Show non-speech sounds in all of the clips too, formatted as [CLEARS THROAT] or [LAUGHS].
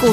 股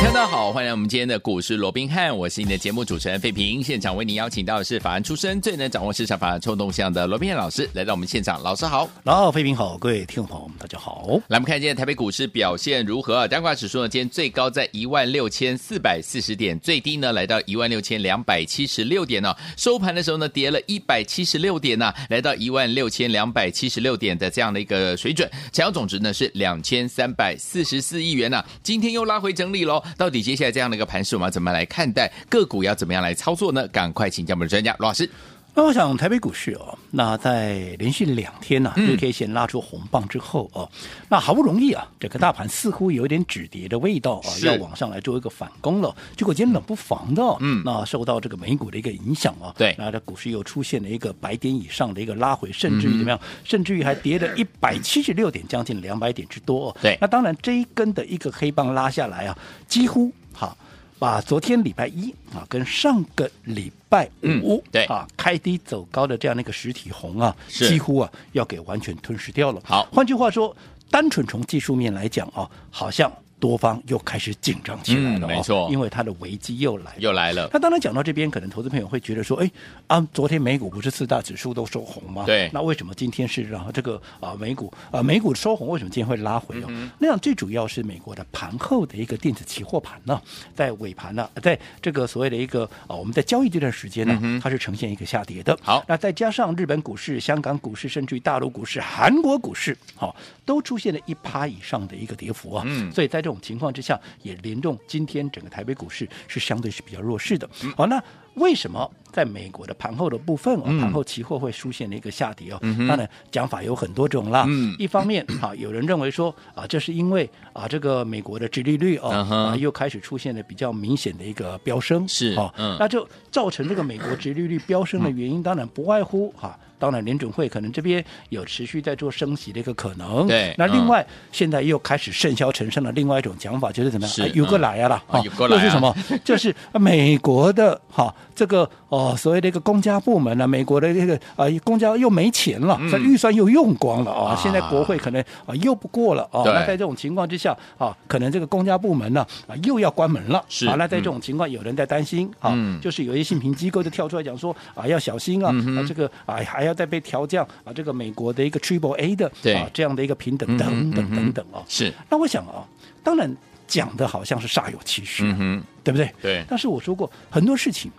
听众大家好，欢迎来我们今天的股市罗宾汉，我是你的节目主持人费平。现场为您邀请到的是法案出身、最能掌握市场法案冲动向的罗宾汉老师来到我们现场，老师好。老费平好，各位听众朋友们，大家好。来，我们看今天台北股市表现如何啊？加挂指数呢，今天最高在一万六千四百四十点，最低呢来到一万六千两百七十六点哦。收盘的时候呢，跌了一百七十六点呢、啊来到一万六千两百七十六点的这样的一个水准。成交总值呢是两千三百四十四亿元呢、今天又拉回整理喽。到底接下来这样的一个盘势，我们要怎么来看待？个股要怎么样来操作呢？赶快请教我们的专家罗老师。那我想台北股市哦，那在连续两天呢、嗯日 K 线拉出红棒之后哦，那好不容易啊，整个大盘似乎有点止跌的味道啊，是要往上来做一个反攻了。结果今天冷不防的、哦，嗯那受到这个美股的一个影响啊，对那这股市又出现了一个百点以上的一个拉回，甚至于怎么样，嗯甚至于还跌了一百七十六点，将近两百点之多、哦。对那当然这一根的一个黑棒拉下来啊，几乎哈。把昨天礼拜一啊，跟上个礼拜五、嗯对啊，开低走高的这样的一个实体红啊，是几乎啊要给完全吞噬掉了。好换句话说，单纯从技术面来讲啊，好像多方又开始紧张起来了、哦嗯没错因为它的危机又来了。又来了，那当然讲到这边，可能投资朋友会觉得说，哎啊，昨天美股不是四大指数都收红吗？对那为什么今天是啊这个啊美股啊美股收红，为什么今天会拉回哦？那样最主要是美国的盘后的一个电子期货盘呢，在尾盘呢，在这个所谓的一个啊我们在交易这段时间呢，它是呈现一个下跌的。嗯好那再加上日本股市、香港股市，甚至于大陆股市、韩国股市，好、都出现了一趴以上的一个跌幅啊。嗯所以在这种情况之下，也联动今天整个台北股市是相对是比较弱势的。嗯好，那为什么在美国的盘后的部分哦，嗯盘后期货会出现了一个下跌哦？当然讲法有很多种啦。嗯一方面啊，有人认为说啊，这是因为啊这个美国的殖利率哦、嗯哼啊又开始出现了比较明显的一个飙升，是哦，嗯那就造成这个美 [CLEARS THROAT] 国殖利率飙升的原因，当然不外乎哈、当然联准会可能这边有持续在做升息的一个可能。对那另嗯外、现在又开始盛嚣尘上的另外一种讲法，就是怎么是样？哎有个嗯来啊啦，啊哈有个来那啊是什么？就是美国的哈、这个哦所谓的一个公家部门呢、美国的这个啊、公家又没钱了，这、预算又用光了嗯啊、啊现在国会可能啊、又不过了啊、对那在这种情况之下啊，可能这个公家部门呢啊又要关门了。是啊，那在这种情况，有人在担心啊、嗯就是有一些信评机构就跳出来讲说啊要小心啊，啊这个啊还要再被调降啊这个美国的一个 Triple A 的对嗯啊这样的一个平等等等等等啊。是，那我想啊，当然讲的好像是煞有其事、啊嗯哼，对不对？对但是我说过，很多事情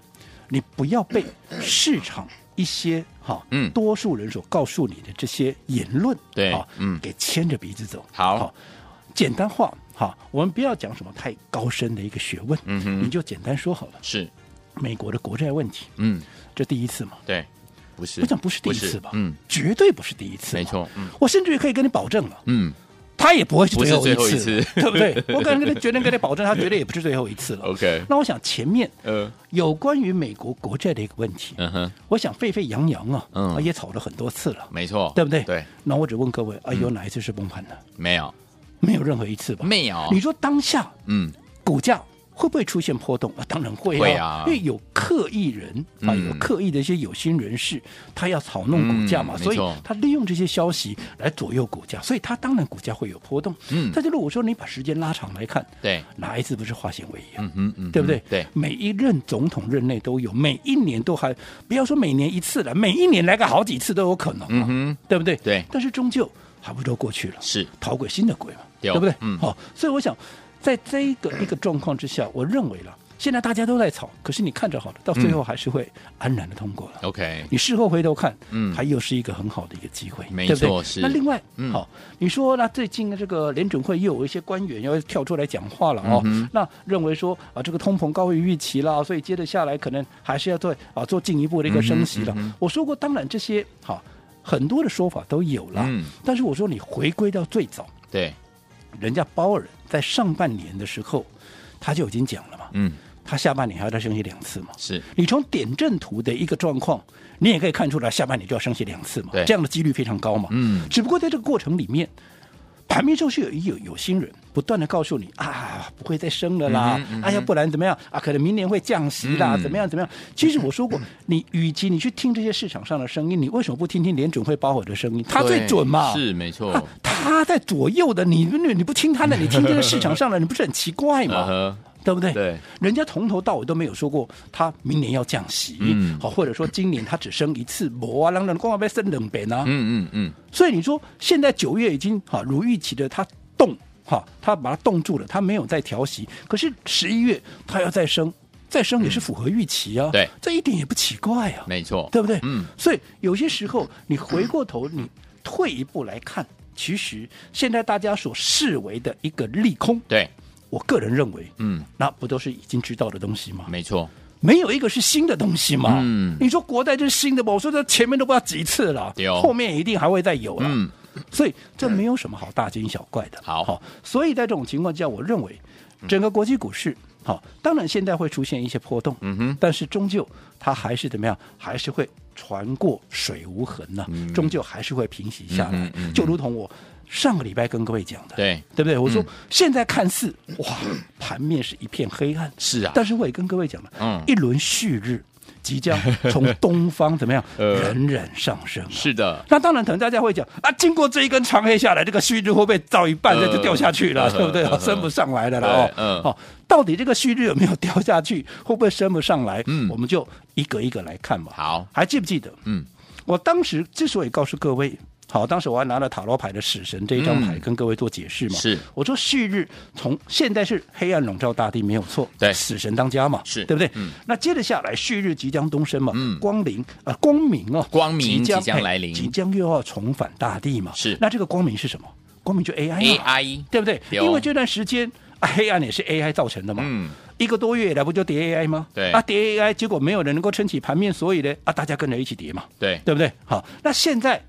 你不要被市场一些哈，嗯多数人所告诉你的这些言论，对啊，嗯给牵着鼻子走。好简单化哈，我们不要讲什么太高深的一个学问，嗯哼你就简单说好了。是，美国的国债问题，嗯，这第一次吗？对，不是，我想不是第一次吧，嗯，绝对不是第一次，没。错，嗯我甚至于可以跟你保证了，嗯，他也不会是最后一不是次，最后一次对不 [LAUGHS] 对？我敢跟你绝对跟你保证，他绝对也不是最后一次 [LAUGHS] 了。 OK 那我想前面呃，有关于美国国债的一个问题，嗯哼，我想沸沸扬扬啊，嗯啊也吵了很多次了，没错，对不嗯对？对，。那我只问各位，啊，有哪一次是崩盘的？没有，没有任何一次吧？没有你说当下嗯，股价会不会出现波动啊？当然会啊，会啊因为有刻意人啊，嗯有刻意的一些有心人士，他要操弄股价嘛，嗯所以没错他利用这些消息来左右股价，所以他当然股价会有波动。嗯但是如果说你把时间拉长来看，对，哪一次不是化险为夷啊？嗯哼，嗯哼，对不对？对，每一任总统任内都有，每一年都还不要说每年一次了，每一年来个好几次都有可能、啊，嗯哼，对不对？对但是终究还不都过去了，是，逃鬼新的鬼嘛，对对不对？嗯好、所以我想，在这一个一个状况之下，我认为了，现在大家都在吵，可是你看着好了，到最后还是会安然的通过了。 OK，你事后回头看，嗯它又是一个很好的一个机会，没对不对错是那另外，嗯好、你说那最近这个联准会又有一些官员要跳出来讲话了哦，嗯那认为说啊，这个通膨高于预期啦，所以接着下来可能还是要做啊做进一步的一个升息嗯了。我说过，当然这些好、很多的说法都有了，嗯但是我说你回归到最早，对，人家鲍尔在上半年的时候他就已经讲了嘛，嗯，它下半年还要再升息两次嘛。是你从点阵图的一个状况，你也可以看出来，下半年就要升息两次嘛对，这样的几率非常高嘛。嗯只不过在这个过程里面，盘面就是有有有心人不断的告诉你啊，不会再升了啦，嗯哼嗯哼哎呀，不然怎么样啊？可能明年会降息啦，嗯怎么样怎么样？其实我说过，你与其你去听这些市场上的声音，你为什么不听听联准会包火的声音？它最对准嘛。是没错，啊他在左右的，你你你不听他的，你听这个市场上的，你不是很奇怪 [LAUGHS] 嗯吗？哼对不对？对，人家从头到尾都没有说过他明年要降息，嗯好，或者说今年他只升一次，我啊，让人光要被升冷边啊。嗯嗯嗯，所以你说现在九月已经哈如预期的，它动哈，它把它冻住了，它没有再调息。可是十一月它要再升，再升也是符合预期啊，嗯对这一点也不奇怪啊，没错，对不对？嗯，所以有些时候你回过头，你退一步来看，其实现在大家所视为的一个利空，对，我个人认为，嗯，那不都是已经知道的东西吗？没错，没有一个是新的东西嘛。嗯你说国债就是新的吧？我说这前面都不知道几次了对哦，后面一定还会再有了。嗯，所以这没有什么好大惊小怪的。好嗯所以在这种情况之下，我认为整个国际股市。好，当然现在会出现一些波动，嗯哼，但是终究它还是怎么样，还是会船过水无痕呐、终究还是会平息下嗯来，哼嗯哼就如同我上个礼拜跟各位讲的，对对不对？我说、嗯现在看似哇，盘面是一片黑暗，是啊，但是我也跟各位讲了，嗯一轮旭日即将 [LAUGHS] 从东方怎么样，呃冉冉上升啊、是的，那当然，可能大家会讲啊，经过这一根长黑下来，这个旭日会不会照一半呃这就掉下去了，呃对不对？哦呃升不上来了啦对哦。嗯哦，到底这个旭日有没有掉下去，会不会升不上来？嗯我们就一个一个来看吧。好，还记不记得嗯，我当时之所以告诉各位？好，当时我还拿了塔罗牌的死神这一张牌嗯跟各位做解释嘛。是我说旭日从现在是黑暗笼罩大地，没有错。对死神当家嘛，是对不对？嗯那接着下来，旭日即将东升嘛，嗯光临啊、呃光明哦，光明即即将将来临哎即将又要重返大地嘛。是那这个光明是什么？光明就 AI 嘛 AI 对不对？有因为这段时间、啊黑暗也是 AI 造成的嘛。嗯一个多月以来不就跌 AI 吗？对啊，跌 AI，结果没有人能够撑起盘面，所以呢，啊，大家跟着一起跌嘛，对，对不对？好，那现在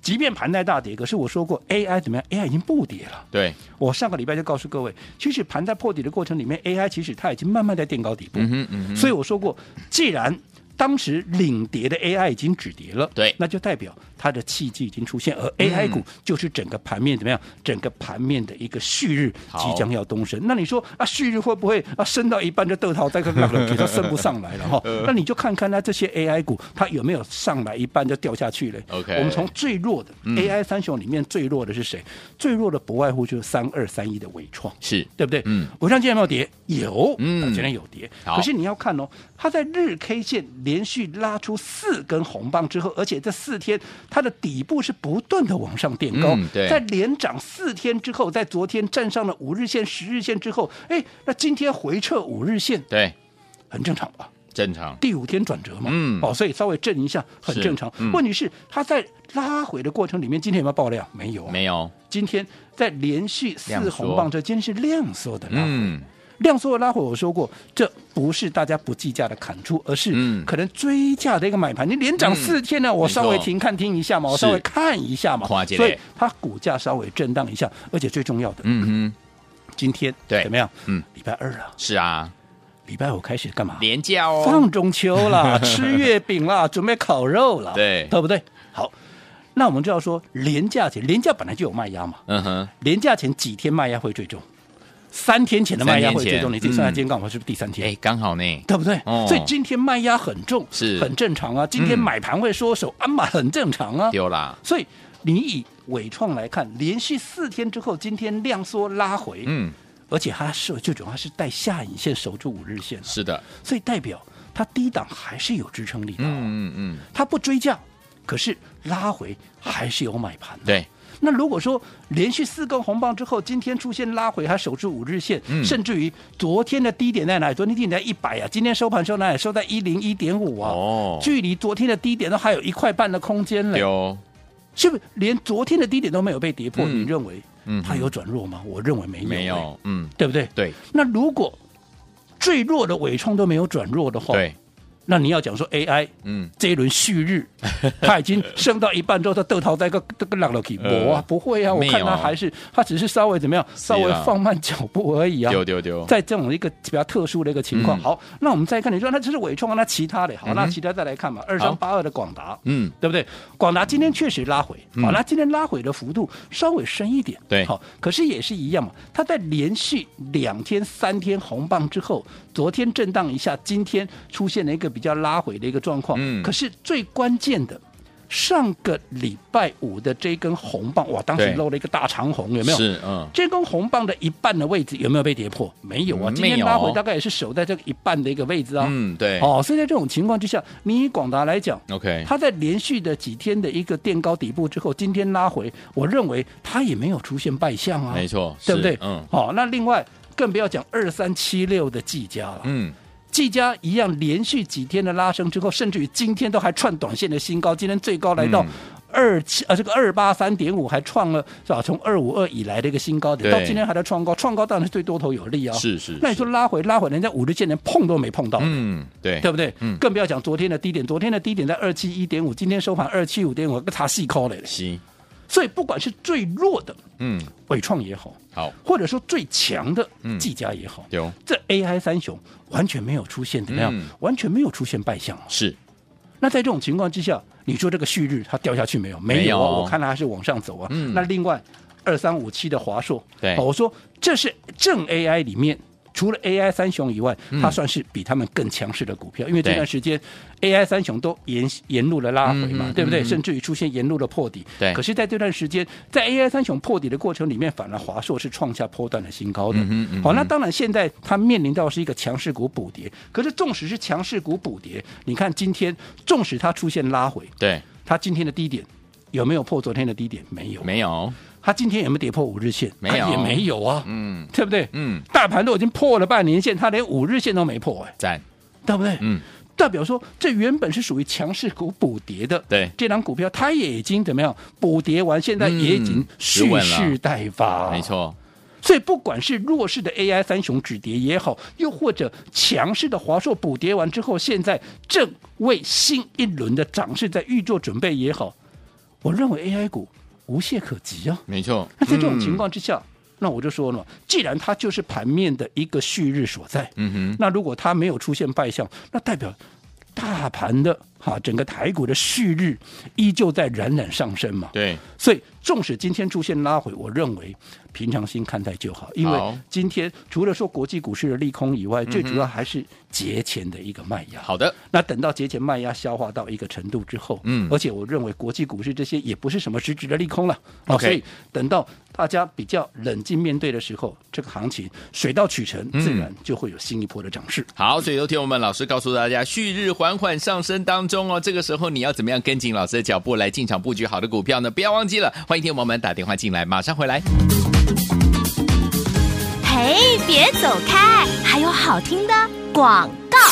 即便盘在大跌，可是我说过 AI 怎么样？AI 已经不跌了。对，我上个礼拜就告诉各位，其实盘在破底的过程里面，AI 其实它已经慢慢在垫高底部。嗯哼嗯哼，所以我说过，既然当时领跌的 AI 已经止跌了，对嗯那就代表它的契机已经出现，而 AI 股就是整个盘面怎么样？整个盘面的一个旭日好即将要东升。那你说啊，旭日会不会啊升到一半就得逃，再看看给它升不上来 [LAUGHS] 了哈？呃那你就看看啊它这些 AI 股，它有没有上来一半就掉下去了 OK 我们从最弱的嗯 AI 三雄里面最弱的是谁？最弱的不外乎就是三二三一的伟创。是，对不对？嗯，尾上今天有没有跌？有，嗯啊今天有跌。好可是你要看哦，它在日 K 线连续拉出四根红棒之后，而且这四天它的底部是不断的往上垫高，嗯对在连涨四天之后，在昨天站上了五日线、十日线之后，哎，那今天回撤五日线对，很正常吧？正常，第五天转折嘛，嗯哦，所以稍微震一下很是正常。嗯问题是它在拉回的过程里面，今天有没有爆量？没有啊，没有，今天在连续四红量缩棒这，今天是量缩的拉回。嗯，量缩的拉回，我说过，这不是大家不计价的砍出，而是嗯可能追价的一个买盘。你连涨四天呢，我稍微停看听一下嘛，我是稍微看一下嘛，看一下所以它股价稍微震荡一下，而且最重要的，嗯哼，今天对怎么样？嗯，礼拜二了，是啊，礼拜五开始干嘛？廉价哦，放中 [LAUGHS] 秋啦，吃月饼啦，准备烤肉啦，对对不对？好，那我们就要说廉价前，廉价本来就有卖压嘛，嗯哼，廉价前几天卖压会最重？三天前的卖压会最三天前重，你自己算下嗯今天刚好是不是第三天？哎，刚好呢，对不对？哦所以今天卖压很重，是很正常啊。今嗯天买盘会缩手，安、买很正常啊。丢啦，所以你以伟创来看，连续四天之后，今天量缩拉回，嗯，而且它是最主要是带下影线守住五日线、啊，是的，所以代表它低档还是有支撑力的、嗯，嗯嗯嗯，它不追价，可是拉回还是有买盘、啊。对，那如果说连续四根红棒之后，今天出现拉回，还守住五日线，嗯甚至于昨天的低点在哪里？昨天低点在一百啊，今天收盘收哪里？收在一零一点五啊，哦距离昨天的低点都还有一块半的空间嘞，丢，是不是？连昨天的低点都没有被跌破，嗯你认为嗯它有转弱吗？我认为没有，欸没，有，嗯，对不对？对那如果最弱的尾创都没有转弱的话，对，那你要讲说 AI 嗯，这一轮旭 [LAUGHS] 日，它已经升到一半之后，它豆淘在个这个浪了起搏呃啊，不会啊，我没有看它还是它只是稍微怎么样，是啊稍微放慢脚步而已啊。丢丢丢，在这种一个比较特殊的一个情况，嗯好，那我们再看，你说那这是伟创啊，那其他的，好，嗯那哼其他再来看嘛，二三八二的广达，嗯，对不对？广达今天确实拉回，嗯好，那今天拉回的幅度稍微深一点，对好，可是也是一样嘛，它在连续两天、三天红棒之后，昨天震荡一下，今天出现了一个比较拉回的一个状况，嗯可是最关键的。上个礼拜五的这一根红棒，哇，当时对露了一个大长红，有没有？是嗯，这根红棒的一半的位置有没有被跌破？没有啊，嗯今没天有拉回大概也是守在这个一半的一个位置啊。嗯，对哦，所以在这种情况之下，你以广达来讲， ，OK，它在连续的几天的一个垫高底部之后，今天拉回，我认为它也没有出现败相啊，没错，对不是对？嗯好、那另外更不要讲二三七六的技嘉了。嗯，技嘉一样连续几天的拉升之后，甚至于今天都还创短线的新高，今天最高来到嗯二七、呃这个二八三点五，还创了是吧？从二五二以来的一个新高点，对到今天还在创高，创高当然是对多头有利啊。是是，那你说是，拉回拉回，人家五日线连碰都没碰到，嗯，对，对不对？嗯更不要讲昨天的低点，昨天的低点在二七一点五，今天收盘二七五点五，个差细抠嘞。西，所以不管是最弱的嗯，伟创也好，好，或者说最强的嗯技嘉也好，有这 AI 三雄完全没有出现怎么样？嗯完全没有出现败相啊。是，那在这种情况之下，你说这个旭日它掉下去没有？没没有有啊，我看它还是往上走啊。嗯那另外二三五七的华硕，对哦我说这是正 AI 里面。除了 AI 三雄以外，它算是比他们更强势的股票，因为嗯这对段时间 AI 三雄都沿沿路的拉回嘛，嗯嗯对不对？嗯嗯甚至于出现沿路的破底。对可是，在这段时间，在 AI 三雄破底的过程里面，反而华硕是创下波段的新高的。嗯哼嗯哼好，那当然，现在它面临到是一个强势股补跌。可是，纵使是强势股补跌，你看今天，纵使它出现拉回，对，它今天的低点有没有破昨天的低点？没有。没有，它今天有没有跌破五日线？没有它也没有啊，嗯对不对？嗯，大盘都已经破了半年线，它连五日线都没破、哎，赞，对不对？嗯，代表说，这原本是属于强势股补跌的，对这档股票它也已经怎么样补跌完，现在也已经嗯止蓄稳了势待发、没。错，所以不管是弱势的 AI 三雄止跌也好，又或者强势的华硕补跌完之后，现在正为新一轮的涨势在预做准备也好，我认为 AI 股无懈可击啊。没错。那在这种情嗯况之下，那我就说了，既然它就是盘面的一个旭日所在，嗯，嗯哼，那如果它没有出现败相，那代表大盘的哈、整个台股的旭日依旧在冉冉上升嘛。对，所以，纵使今天出现拉回，我认为平常心看待就好，因好嗯为今天除了说国际股市的利空以外，最主要还是节前的一个卖压。好的，那等到节前卖压消化到一个程度之后，嗯而且我认为国际股市这些也不是什么实质的利空了，哦 OK 所以等到大家比较冷静面对的时候，这个行情水到渠成，嗯自然就会有新一波的涨势。好，所以有听我们老师告诉大家，旭日缓缓上升当中哦，这个时候你要怎么样跟紧老师的脚步来进场布局好的股票呢？不要忘记了，欢迎听我们打电话进来，马上回来。嘿，别走开，还有好听的广告。 [LAUGHS]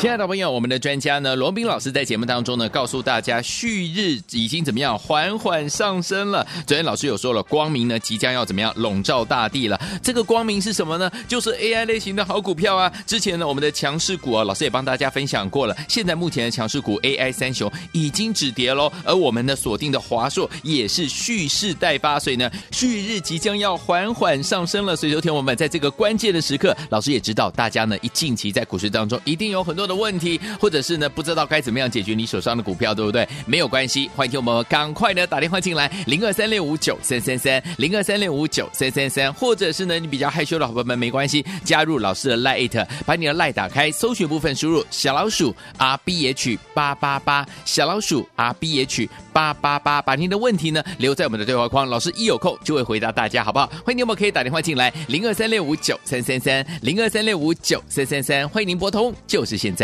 亲爱的朋友，我们的专家呢，罗斌老师在节目当中呢，告诉大家旭日已经怎么样缓缓上升了。昨天老师有说了，光明呢即将要怎么样笼罩大地了。这个光明是什么呢？就是 AI 类型的好股票啊。之前呢，我们的强势股啊，老师也帮大家分享过了。现在目前的强势股 AI 三雄已经止跌喽，而我们呢锁定的华硕也是蓄势待发，所以呢旭日即将要缓缓上升了。所以昨天我们在这个关键的时刻，老师也知道大家呢一近期在股市当中一定有很多的问题，或者是呢不知道该怎么样解决你手上的股票，对不对？没有关系，欢迎听我们赶快呢打电话进来，零二三六五九三三三，零二三六五九三三三，或者是呢你比较害羞的伙伴们没关系，加入老师的 Lite，把你的 Lite 打开，搜寻部分输入小老鼠 R B H 八八八，小老鼠 R B H 八八八，把您的问题呢留在我们的对话框，老师一有空就会回答大家，好不好？欢迎你们可以打电话进来，零二三六五九三三三，零二三六五九三三三，欢迎您拨通，就是现在。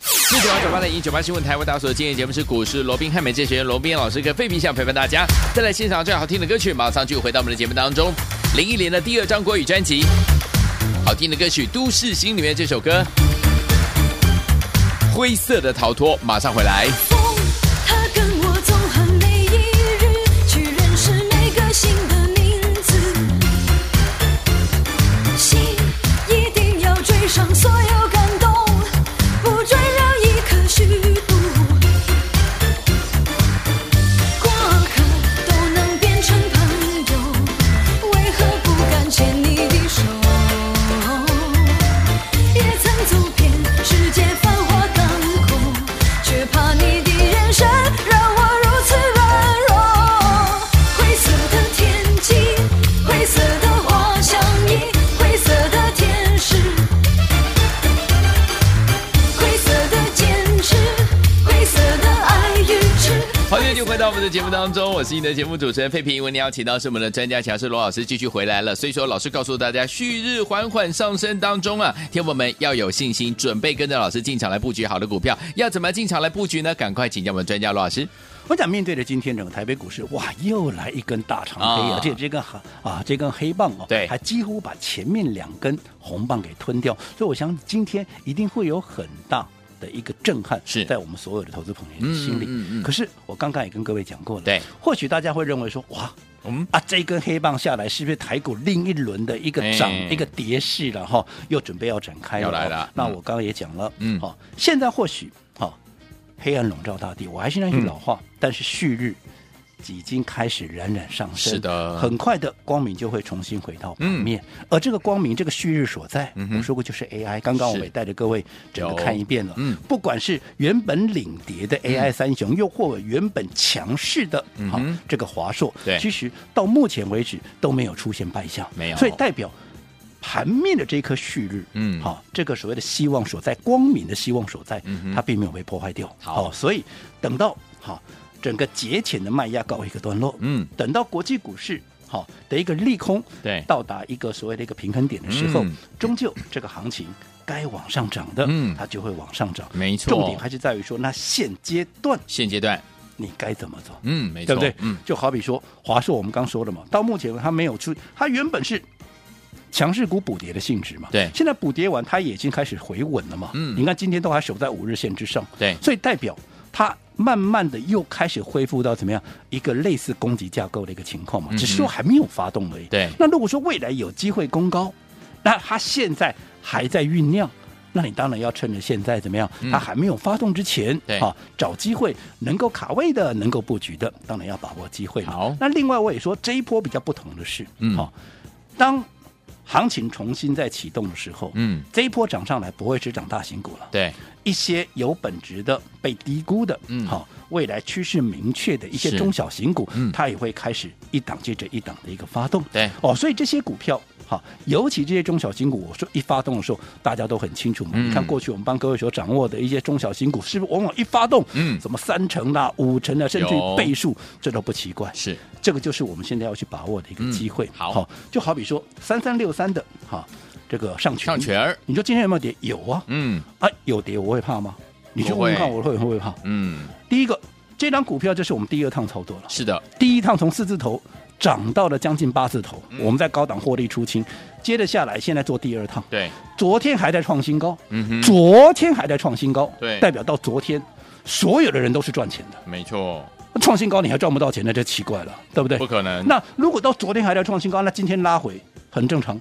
四九八九八的一九八新闻台，为大家所今天节目是股市罗宾汉美哲学院罗宾老师跟费皮想陪伴大家，再来欣赏最好听的歌曲，马上就回到我们的节目当中。林忆莲的第二张国语专辑，好听的歌曲《都市心》里面这首歌《灰色的逃脱》，马上回来。风，它跟我纵横每一日，去认识每个新的名字。心一定要追上所有感动，不坠入一颗到我们的节目当中，我是你的节目主持人费平。为您邀请到是我们的专家强势罗老师继续回来了。所以说，老师告诉大家，旭日缓缓上升当中啊，天友们要有信心，准备跟着老师进场来布局好的股票。要怎么进场来布局呢？赶快请教我们专家罗老师。我想面对着今天整个台北股市，哇，又来一根大长黑啊啊！这这根哈啊，这根黑棒哦，对还几乎把前面两根红棒给吞掉，所以我想今天一定会有很大。的一个震撼是在我们所有的投资朋友的心里。嗯嗯嗯嗯可是我刚刚也跟各位讲过了，对，或许大家会认为说，哇，嗯啊，这一根黑棒下来，是不是台股另一轮的一个涨、哎一个跌势了哈？又准备要展开了要哦。来了那嗯我刚刚也讲了，嗯好、现在或许好、黑暗笼罩大地，我还是那句老话，但是旭日已经开始冉冉上升，是的嗯很快的光明就会重新回到表面。而这个光明，这个旭日所在，嗯哼我说过就是 AI。刚刚我是们也带着各位整个有看一遍了，嗯不管是原本领跌的 AI 三雄，又或原本强势的，嗯好、哼这个华硕，对其实到目前为止都没有出现败象，没有所以代表。盘面的这颗旭日，嗯好、这个所谓的希望所在，光明的希望所在，嗯哼它并没有被破坏掉。好所以等到好、整个节前的卖压告一个段落，嗯等到国际股市好、的一个利空，对到达一个所谓的一个平衡点的时候，嗯终究这个行情该往上涨的，嗯它就会往上涨。没错重点还是在于说，那现阶段现阶段，你该怎么走？嗯，没对错，不对？嗯，就好比说华硕，我们刚说了嘛，到目前它没有出，它原本是强势股补跌的性质嘛，对现在补跌完，它也已经开始回稳了嘛，嗯你看今天都还守在五日线之上，对所以代表它。慢慢的又开始恢复到怎么样一个类似供给架构的一个情况嘛，嗯哼只是说还没有发动而已。对那如果说未来有机会攻高，那它现在还在酝酿，那你当然要趁着现在怎么样，它还没有发动之前，嗯对啊，找机会能够卡位的、能够布局的，当然要把握机会嘛。好那另外我也说这一波比较不同的是，嗯好、当行情重新再启动的时候，嗯，这一波涨上来不会只涨大型股了，对，一些有本质的、被低估的，嗯好、未来趋势明确的一些是中小型股，嗯它也会开始一档接着一档的一个发动。对哦，所以这些股票。好，尤其这些中小型股，我说一发动的时候，大家都很清楚嘛。嗯你看过去我们帮各位所掌握的一些中小型股，是不是往往一发动，嗯什么三成啦、五成啦，啊甚至于有倍数，这都不奇怪。是，这个就是我们现在要去把握的一个机会。嗯好就好比说三三六三的哈，这个上权，上权儿你说今天有没有跌？有啊，嗯啊，有跌我会怕吗？你去不会问问看，我会不会怕？嗯，第一个，这张股票就是我们第二趟操作了，是的，第一趟从四字头涨到了将近八字头，嗯我们在高档获利出清，接着下来现在做第二趟，对，昨天还在创新高，嗯哼，昨天还在创新高，对代表到昨天所有的人都是赚钱的，没错，创新高你还赚不到钱，那就奇怪了，对不对？不可能，那如果到昨天还在创新高，那今天拉回很正常，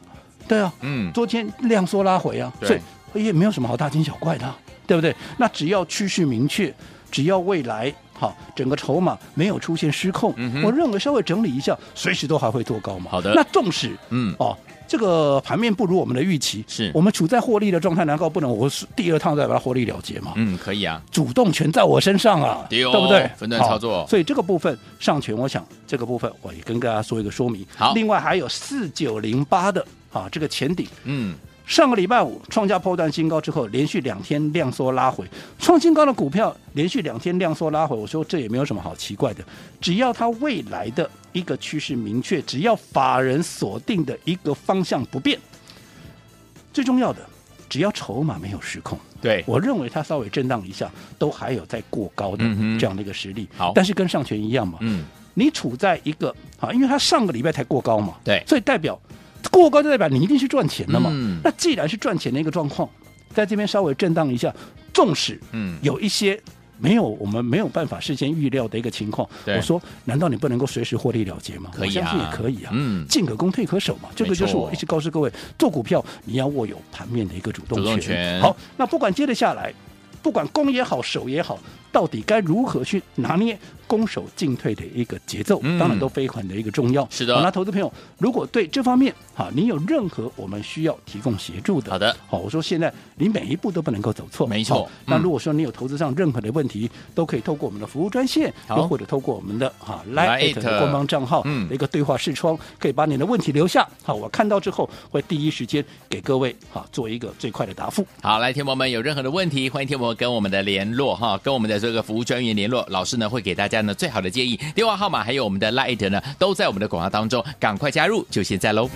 对啊，嗯，昨天量缩拉回啊，对所以也没有什么好大惊小怪的啊、对不对？那只要趋势明确，只要未来好整个筹码没有出现失控，嗯哼我认为稍微整理一下，随时都还会做高嘛。好的那纵使嗯哦。这个盘面不如我们的预期，是我们处在获利的状态，难道不能我是第二趟再把它获利了结吗？嗯，可以啊，主动权在我身上啊，对哦不对？分段操作好所以这个部分上权，我想这个部分我也跟大家说一个说明。好另外还有四九零八的啊，这个前顶嗯，上个礼拜五创下破断新高之后，连续两天量缩拉回，创新高的股票连续两天量缩拉回，我说这也没有什么好奇怪的，只要它未来的一个趋势明确，只要法人锁定的一个方向不变，最重要的，只要筹码没有失控。对，我认为它稍微震荡一下，都还有在过高的嗯哼这样的一个实力。好但是跟上权一样嘛，嗯，你处在一个啊，因为它上个礼拜才过高嘛，对所以代表过高就代表你一定是赚钱的嘛。嗯那既然是赚钱的一个状况，在这边稍微震荡一下，纵使嗯有一些。没有，我们没有办法事先预料的一个情况。对我说，难道你不能够随时获利了结吗？可以啊我相信也可以啊。嗯进可攻，退可守嘛。这个没错就是我一直告诉各位，做股票你要握有盘面的一个主动主动权。权好，那不管接着下来，不管攻也好，守也好，到底该如何去拿捏攻守进退的一个节奏，嗯当然都非常的一个重要。是的好那投资朋友，如果对这方面哈，你有任何我们需要提供协助的，好的，好，我说现在你每一步都不能够走错，没错好那嗯如果说你有投资上任何的问题，都可以透过我们的服务专线，好又或者透过我们的哈 Lite Lite 的官方账号嗯的一个对话视窗，可以把你的问题留下，好，我看到之后会第一时间给各位哈做一个最快的答复。好，来，天博们有任何的问题，欢迎天博跟我们的联络哈，跟我们的这个服务专员联络，老师呢会给大家呢最好的建议。电话号码还有我们的 Light 呢，都在我们的广告当中，赶快加入，就现在喽！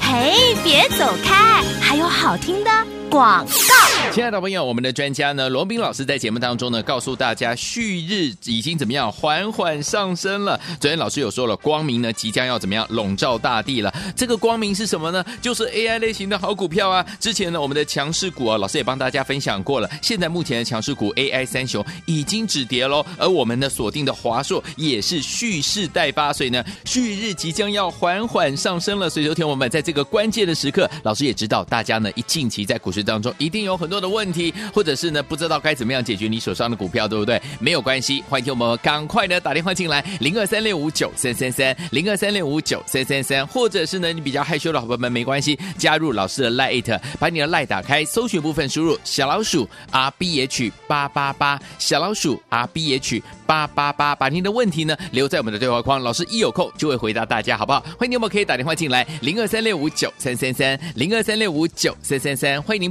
嘿，别走开，还有好听的广告。亲爱的朋友，我们的专家呢，罗斌老师在节目当中呢，告诉大家旭日已经怎么样，缓缓上升了。昨天老师有说了，光明呢即将要怎么样笼罩大地了。这个光明是什么呢？就是 AI 类型的好股票啊。之前呢，我们的强势股啊，老师也帮大家分享过了。现在目前的强势股 AI 三雄已经止跌喽，而我们呢锁定的华硕也是蓄势待发，所以呢，旭日即将要缓缓上升了。所以，昨天我们在这个关键的时刻，老师也知道大家呢一近期在股市当中一定有很多的问题，或者是呢不知道该怎么样解决你手上的股票，对不对？没有关系，欢迎听我们赶快呢打电话进来，零二三六五九三三三，零二三六五九三三三，或者是呢你比较害羞的好朋友们没关系，加入老师的 Lite，把你的 Lite 打开，搜寻部分输入小老鼠 R B H 八八八，小老鼠 R B H 八八八，把您的问题呢留在我们的对话框，老师一有空就会回答大家，好不好？欢迎你们可以打电话进来，零二三六五九三三三，零二三六五九三三三，欢迎您